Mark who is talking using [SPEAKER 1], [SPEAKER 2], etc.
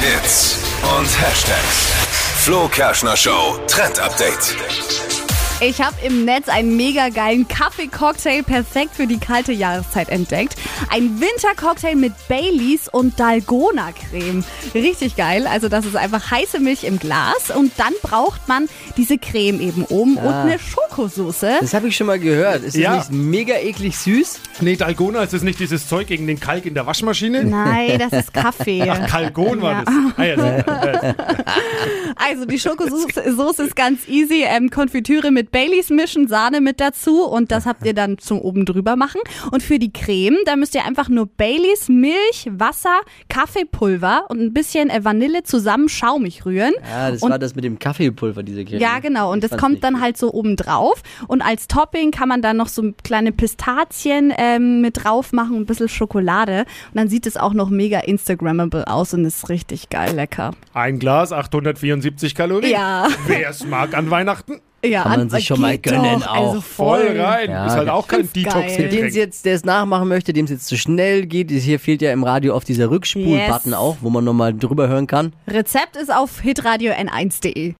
[SPEAKER 1] Hits und Hashtags. Flo Kerschner Show Trend Update.
[SPEAKER 2] Ich habe im Netz einen mega geilen Kaffee-Cocktail perfekt für die kalte Jahreszeit entdeckt. Ein Wintercocktail mit Baileys und Dalgona-Creme. Richtig geil. Also das ist einfach heiße Milch im Glas und dann braucht man diese Creme eben oben und eine Schokosoße.
[SPEAKER 3] Das habe ich schon mal gehört. Ist
[SPEAKER 4] Ja.
[SPEAKER 3] das nicht mega eklig süß?
[SPEAKER 4] Nee, Dalgona ist das nicht dieses Zeug gegen den Kalk in der Waschmaschine?
[SPEAKER 2] Nein, das ist Kaffee.
[SPEAKER 4] Ach, Kalkon war
[SPEAKER 2] Ja.
[SPEAKER 4] das. Ah, ja, äh,
[SPEAKER 2] Also die Schokosoße Soße ist ganz easy. Ähm, Konfitüre mit Baileys mischen, Sahne mit dazu und das habt ihr dann zum oben drüber machen. Und für die Creme, da müsst ihr einfach nur Baileys, Milch, Wasser, Kaffeepulver und ein bisschen äh, Vanille zusammen schaumig rühren.
[SPEAKER 3] Ja, das
[SPEAKER 2] und
[SPEAKER 3] war das mit dem Kaffeepulver, diese Creme.
[SPEAKER 2] ja, genau. Und
[SPEAKER 3] Ich
[SPEAKER 2] das
[SPEAKER 3] fand's
[SPEAKER 2] kommt
[SPEAKER 3] nicht
[SPEAKER 2] dann
[SPEAKER 3] gut.
[SPEAKER 2] halt so oben drauf. Und als Topping kann man dann noch so kleine Pistazien ähm, mit drauf machen, ein bisschen Schokolade. Und dann sieht es auch noch mega Instagrammable aus und ist richtig geil lecker.
[SPEAKER 4] ein Glas, 874 Kalorien.
[SPEAKER 2] Ja.
[SPEAKER 4] Wer es mag an Weihnachten,
[SPEAKER 2] Ja, also
[SPEAKER 3] Kann man sich schon mal
[SPEAKER 2] geht
[SPEAKER 3] gönnen
[SPEAKER 2] doch,
[SPEAKER 3] auch.
[SPEAKER 2] Also
[SPEAKER 4] voll
[SPEAKER 2] voll.
[SPEAKER 4] rein.
[SPEAKER 3] Ja,
[SPEAKER 4] ist halt auch kein
[SPEAKER 2] find's geil.
[SPEAKER 3] Dem
[SPEAKER 4] Detox-Getränk.
[SPEAKER 3] es jetzt, der es nachmachen möchte, dem es jetzt zu schnell geht, ist- hier fehlt ja im Radio oft dieser Rückspul-Button
[SPEAKER 2] Yes.
[SPEAKER 3] auch, wo man nochmal drüber hören kann.
[SPEAKER 2] Rezept ist auf hitradio n1.de.